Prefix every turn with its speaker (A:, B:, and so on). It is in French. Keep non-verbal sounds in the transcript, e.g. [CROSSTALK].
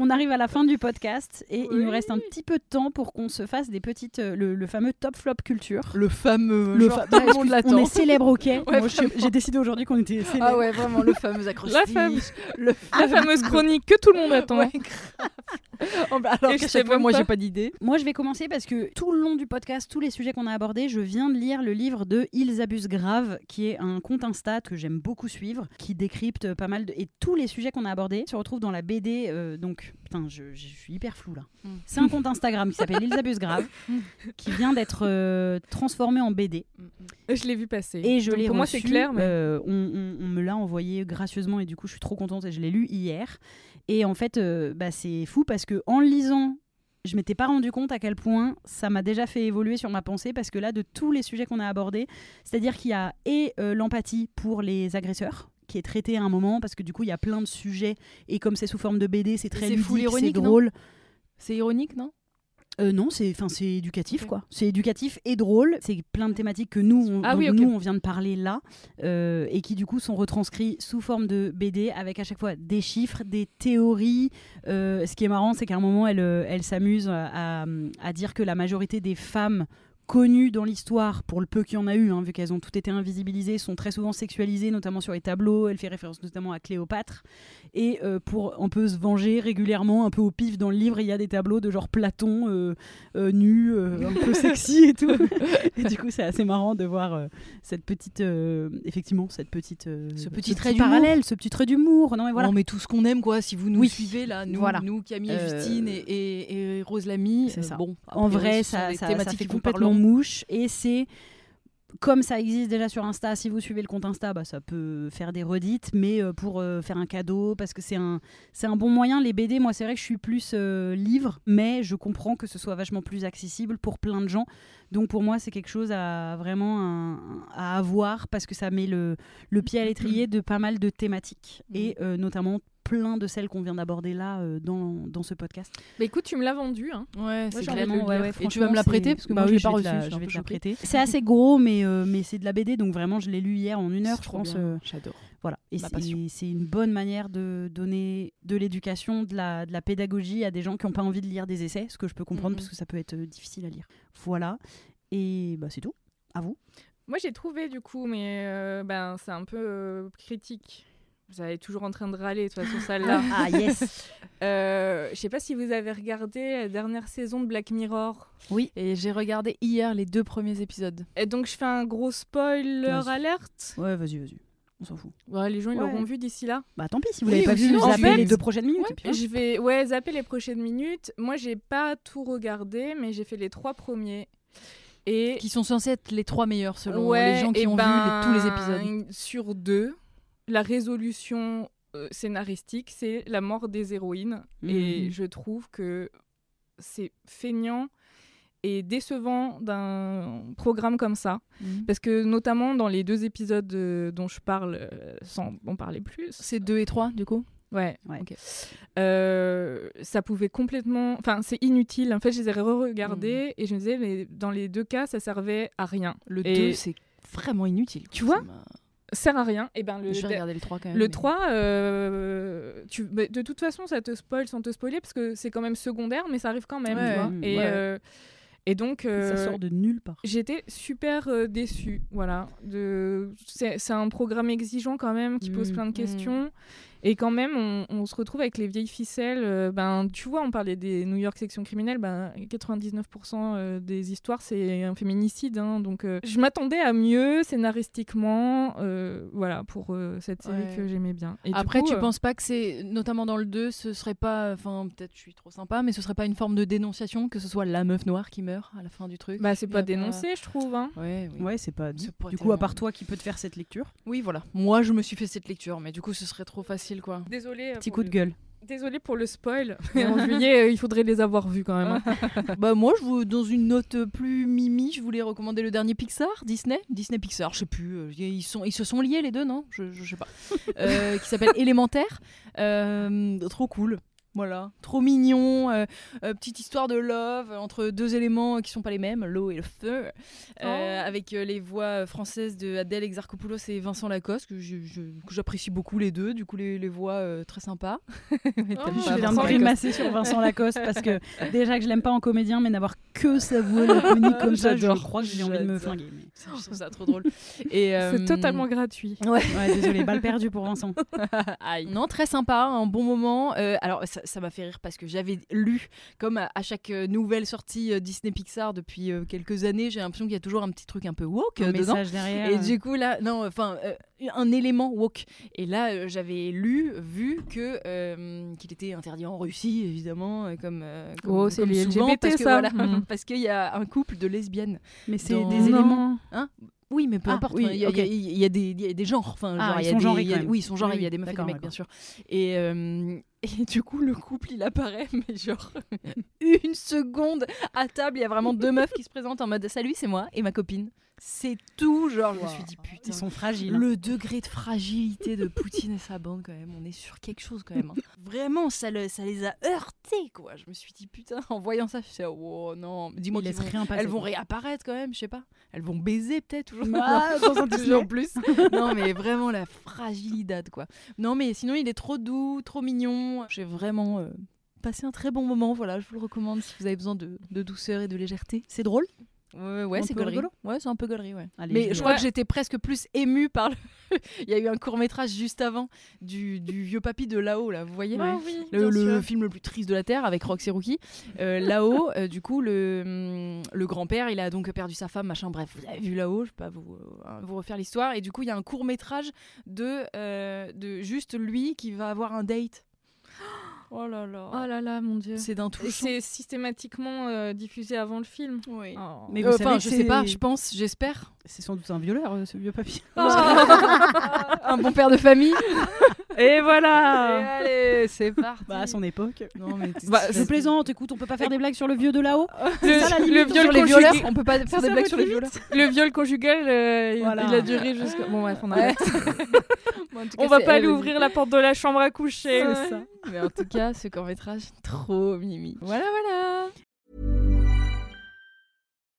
A: On arrive à la fin du podcast et il nous reste un petit peu de temps pour qu'on se fasse des petites, euh, le, le fameux top flop culture.
B: Le fameux.
A: Le
B: Euh, genre,
A: fa-
B: tout le monde
A: on
B: l'attend.
A: est célèbre,
B: [LAUGHS]
A: ok Moi, je suis-
B: vraiment.
A: J'ai décidé aujourd'hui qu'on était célèbre.
B: Ah ouais, vraiment, le fameux
C: La
B: acrostiche.
C: fame-
B: Le
C: La fameuse chronique que tout le monde attend.
B: Ouais, [LAUGHS] Oh, bah alors
C: Et
B: qu'à
C: je sais
B: chaque fois,
C: même
B: moi,
C: pas.
B: j'ai pas d'idée.
A: Moi, je vais commencer parce que tout le long du podcast, tous les sujets qu'on a abordés, je viens de lire le livre de Ils abusent grave, qui est un compte Insta que j'aime beaucoup suivre, qui décrypte pas mal de... Et tous les sujets qu'on a abordés se retrouvent dans la BD, euh, donc... Putain, je, je suis hyper flou là.
B: Mm.
A: C'est un compte Instagram qui s'appelle Ils abusent grave, qui vient d'être euh, transformé en BD.
C: Je l'ai vu passer.
A: Et je
C: Donc,
A: l'ai
C: Pour moi,
A: reçu,
C: c'est clair, mais
A: euh, on, on- on me l'a envoyé gracieusement et du coup, je suis trop contente et je l'ai lu hier. Et en fait, euh, bah, c'est fou parce que en le lisant, je m'étais pas rendu compte à quel point ça m'a déjà fait évoluer sur ma pensée parce que là, de tous les sujets qu'on a abordés, c'est-à-dire qu'il y a et euh, l'empathie pour les agresseurs qui est traitée à un moment parce que du coup, il y a plein de sujets et comme c'est sous forme de BD, c'est très
B: c'est
A: ludique,
B: full
A: c'est
B: ironique, non
A: drôle.
B: C'est ironique, non
A: Euh, non, c'est enfin c'est éducatif
B: Ok.
A: quoi. C'est éducatif et drôle. C'est plein de thématiques que nous on,
C: Ah
A: dont
C: oui, ok.
A: nous on vient de parler là euh, et qui du coup sont retranscrits sous forme de BD avec à chaque fois des chiffres, des théories. Euh, ce qui est marrant, c'est qu'à un moment elle euh, elle s'amuse à, à- à dire que la majorité des femmes connues dans l'histoire, pour le peu qu'il y en a eu, hein, vu qu'elles ont toutes été invisibilisées, sont très souvent sexualisées, notamment sur les tableaux. Elle fait référence notamment à Cléopâtre. Et euh, pour on peut se venger régulièrement, un peu au pif dans le livre, il y a des tableaux de genre Platon euh, euh, nu, euh, un peu sexy et tout. et du coup, c'est assez marrant de voir euh, cette petite, euh, effectivement, cette petite, euh,
B: Ce petit trait d'humour.
A: parallèle, ce petit trait d'humour. Non mais voilà.
B: Non, mais tout ce qu'on aime, quoi. Si vous nous
A: Oui.
B: suivez, là, nous,
A: Voilà.
B: nous Camille,
A: Euh,
B: Justine et, et- et Rose Lamy, euh,
A: c'est ça.
B: bon, a
A: en
B: priori,
A: vrai,
B: ce sont
A: ça,
B: des
A: ça, ça
B: thématiques
A: fait
B: qui vous
A: complètement
B: parleront.
A: mouche et c'est comme ça existe déjà sur Insta, si vous suivez le compte Insta, bah, ça peut faire des redites, mais euh, pour euh, faire un cadeau, parce que c'est un, c'est un bon moyen. Les BD, moi, c'est vrai que je suis plus euh, livre, mais je comprends que ce soit vachement plus accessible pour plein de gens. Donc pour moi, c'est quelque chose à vraiment un- à avoir, parce que ça met le, le pied à l'étrier de pas mal de thématiques,
B: Mmh.
A: et euh, notamment plein de celles qu'on vient d'aborder là euh, dans, dans ce podcast.
C: Bah, écoute, tu me l'as vendu. hein.
B: Ouais, c'est
C: j'ai
B: clair.
C: envie de le lire.
B: Et tu vas me la
A: franchement,
B: prêter
A: c'est-
B: parce que
A: Bah
B: moi, je
A: oui,
B: l'ai pas
A: vais te
B: reçu.
A: la-
B: je suis un
A: je vais
B: peu
A: te la
B: choquée.
A: prêter. C'est assez gros, mais, euh, mais c'est de la BD, donc vraiment, je l'ai lu hier en une heure,
B: C'est
A: je
B: trop
A: pense.
B: bien.
A: euh,
B: J'adore.
A: voilà. Et
B: Ma
A: c'est-
B: passion.
A: et c'est une bonne manière de donner de l'éducation, de la, de la pédagogie à des gens qui n'ont pas envie de lire des essais, ce que je peux comprendre
B: Mhm.
A: parce que ça peut être euh, difficile à lire. Voilà. Et bah, c'est tout. À vous.
C: Moi, j'ai trouvé du coup, mais euh, ben, c'est un peu euh, critique. Vous allez toujours en train de râler, de toute façon, [LAUGHS] celle-là.
A: Ah, yes.
C: Euh, je sais pas si vous avez regardé la dernière saison de Black Mirror.
B: Et j'ai regardé hier les deux premiers épisodes.
C: Et donc, je fais un gros spoiler
A: Vas-y.
C: alerte.
A: Ouais, vas-y, vas-y. On s'en fout.
C: Ouais, les gens, ils
A: Ouais.
C: l'auront vu d'ici là.
A: Bah, tant pis, si vous
B: Oui,
A: l'avez pas
B: ou
A: vu,
B: sinon,
A: vous
C: en
A: zappez
C: fait-
A: les deux prochaines minutes.
C: Ouais,
A: et puis voilà.
C: je vais ouais, zapper les prochaines minutes. Moi, j'ai pas tout regardé, mais j'ai fait les trois premiers. Et
B: Qui sont censés être les trois meilleurs selon euh,
C: Ouais,
B: les gens qui
C: et
B: ont
C: ben,
B: vu les- tous les épisodes.
C: Sur deux, la résolution euh, scénaristique, c'est la mort des héroïnes. Et
A: Mhm.
C: je trouve que c'est feignant et décevant d'un programme comme ça.
B: Mhm.
C: Parce que notamment dans les deux épisodes euh, dont je parle, euh, sans en parler plus,
B: C'est deux et trois du coup.
C: Ouais.
A: Ouais.
B: Ok.
C: Euh, ça pouvait complètement. Enfin, c'est inutile. En fait, je les ai
B: Mhm.
C: re-regardés et je me disais, mais dans les deux cas, ça servait à rien.
B: Le
C: Et-
B: 2 c'est vraiment inutile.
C: Tu
B: Ça
C: vois
B: m'a-
C: Sert à rien. Et ben le.
B: Je vais
C: de-
B: regarder le 3 quand même.
C: Le
B: mais-
C: 3, euh, tu, mais de toute façon, ça te spoil sans te spoiler parce que c'est quand même secondaire, mais ça arrive quand même.
B: Ouais,
C: tu vois.
A: mm,
C: et,
B: ouais.
C: euh, et donc, euh,
A: Ça sort de nulle part.
C: j'étais super euh, déçue. Voilà. De... C'est c'est un programme exigeant quand même qui pose
A: Mm,
C: plein de
B: mm.
C: questions. Et quand même, on, on se retrouve avec les vieilles ficelles. euh, ben, tu vois, on parlait des New York sections criminelles. Ben, 99% euh, des histoires, c'est un féminicide. hein. donc, euh, je m'attendais à mieux scénaristiquement. euh, voilà, pour euh, cette série
B: Ouais.
C: que j'aimais bien. Et du
B: Après,
C: coup,
B: tu
C: euh,
B: penses pas que c'est, notamment dans le 2, ce serait pas, enfin, peut-être je suis trop sympa, mais ce serait pas une forme de dénonciation que ce soit la meuf noire qui meurt à la fin du truc
C: Bah, c'est pas
B: Y a
C: dénoncé, je trouve. hein.
B: Ouais, oui.
A: Ouais, c'est pas.
B: C'est
A: dit.
B: pas
A: Du coup, à
B: tellement-
A: part toi qui peut te faire cette lecture.
B: Oui, voilà. Moi, je me suis fait cette lecture, mais du coup, ce serait trop facile, quoi.
C: Désolé.
A: Petit coup de gueule.
C: Désolé pour euh, le spoil. [LAUGHS] en juillet, euh, il faudrait les avoir vus quand même. hein.
B: bah moi, je vous, dans une note plus mimi, je voulais recommander le dernier Pixar, Disney, Disney Pixar, je sais plus. euh, Ils sont, ils se sont liés les deux, non je, je sais
C: [LAUGHS]
B: pas. Euh, qui s'appelle Élémentaire. Euh, trop cool. Voilà, trop mignon, euh, euh, petite histoire de love entre deux éléments qui sont pas les mêmes, l'eau et le feu, Euh,
C: Oh.
B: avec euh, les voix françaises de Adèle Exarchopoulos et Vincent Lacoste que je- je- que j'apprécie beaucoup les deux, du coup les, les voix euh, très sympas. [LAUGHS] Mais t'aimes
C: Oh, je
B: pas
A: je viens de
B: Ah, bah, Vincent Lacoste
A: grimacer sur Vincent Lacoste parce
B: [LAUGHS]
A: que déjà que je l'aime pas en comédien, mais n'avoir que sa voix laconique comme ça, je
B: J'adore,
A: crois que j'ai envie de me
B: j'adore.
A: flinguer. mais-
B: Je trouve ça trop drôle. Et,
C: C'est
B: euh,
C: totalement gratuit.
A: Ouais, désolé, balle perdue pour Vincent.
C: [LAUGHS]
B: Non, très sympa, un bon moment. Euh, alors, ça ça m'a fait rire parce que j'avais lu, comme à, à chaque euh, nouvelle sortie euh, Disney Pixar depuis euh, quelques années, j'ai l'impression qu'il y a toujours un petit truc un peu woke
A: Un
B: euh, dedans.
A: message derrière.
B: Et
A: euh,
B: du coup, là, non, enfin, euh, un élément woke. Et là, euh, j'avais lu, vu que euh, qu'il était interdit en Russie, évidemment, euh, comme, euh, comme,
C: Oh, c'est
B: comme
C: les
B: souvent,
C: LGBT,
B: parce que,
C: ça. [LAUGHS]
B: voilà,
C: Mhm.
B: parce qu'il y a un couple de lesbiennes.
A: Mais c'est
B: dans-
A: des
B: Non.
A: éléments.
B: Oui, mais peu
A: Ah,
B: importe.
A: oui,
B: enfin, Il y a-
A: ok.
B: il y, a- il y a des- il y a des genres. Enfin,
A: Ah,
B: genre, il
A: ils
B: y a
A: sont
B: des-
A: genrés
B: il y a-
A: quand même.
B: Oui, ils sont genrés.
A: Oui,
B: Il y a des
A: oui,
B: meufs et des
A: d'accord,
B: mecs, bien sûr. Et, euh, [LAUGHS] et du coup, le couple, il apparaît, [LAUGHS] mais genre une seconde à table, il y a vraiment deux meufs qui se présentent en mode Salut, c'est moi et ma copine. C'est tout. Genre, je me suis dit Putain.
A: Ils sont fragiles.
B: Le degré de fragilité de Poutine et sa bande, quand même, on est sur quelque chose, quand même. hein. [LAUGHS] Vraiment, ça, le- ça les a heurtés, quoi. Je me suis dit, putain, en voyant ça, je me suis dit, oh non, dis-moi
A: Ils
B: qu'ils
A: laissent
B: vont-
A: rien passer. [LAUGHS]
B: elles vont réapparaître quand même, je sais pas. Elles vont baiser peut-être toujours. [LAUGHS]
A: Ah, dans un Disney.
B: toujours [LAUGHS] plus. Non mais vraiment la fragilidade quoi. Non mais sinon il est trop doux, trop mignon. J'ai vraiment euh, passé un très bon moment. Voilà, je vous le recommande si vous avez besoin de, de douceur et de légèreté. C'est drôle. Ouais, ouais,
A: Un
B: c'est
A: peu
B: gaulerie.
A: rigolo.
B: Ouais, c'est un peu gaulerie, ouais.
A: Allez,
B: mais
A: je
B: je,
A: vais-
B: crois
C: Ouais.
B: que j'étais presque plus émue par le... [LAUGHS] Il y a eu un court-métrage juste avant du, du vieux papy de là-haut, là, vous voyez
C: Ah oui,
B: le,
C: bien
B: le
C: sûr.
B: film le plus triste de la Terre avec Rox et Rookie. Euh,
C: [LAUGHS]
B: là-haut, euh, du coup, le, hum, le grand-père, il a donc perdu sa femme, machin, bref, vous avez vu là-haut, je ne vais pas vous, euh, vous refaire l'histoire. Et du coup, il y a un court-métrage de, euh, de juste lui qui va avoir un date. Oh là là.
C: Oh là là, mon dieu.
B: C'est d'un
C: Et
B: touchant.
C: C'est systématiquement euh, diffusé avant le film.
B: Oui.
C: Oh.
B: [LAUGHS]
A: Mais
B: Euh,
A: vous savez
B: Enfin,
A: que
B: je
A: c'est-
B: sais pas, je pense, j'espère.
A: C'est sans doute un violeur, euh, ce vieux papy.
C: Ah.
B: un bon père de famille.
C: Et voilà
B: allez, c'est parti.
A: Bah, à son époque.
B: Non, mais t'es-
C: Ah. Bah,
A: Je plaisante, écoute, on peut pas faire des blagues sur le vieux de là-haut
C: Le,
A: ça, la
C: le
A: limite,
C: viol
B: Ah, sur les
C: conjugué-
B: violeurs, on peut pas faire des
C: ça,
B: blagues
C: votre
B: sur les
C: limite
B: violeurs.
C: [LAUGHS] le viol conjugal, euh, il-
A: Voilà.
C: il a duré jusqu'à. Bon, bref, on
B: Ouais.
C: arrête. On va pas aller ouvrir la porte de la chambre à coucher.
A: C'est ça.
B: hein. Mais en tout cas, ce court-métrage, trop mimi. Voilà, voilà.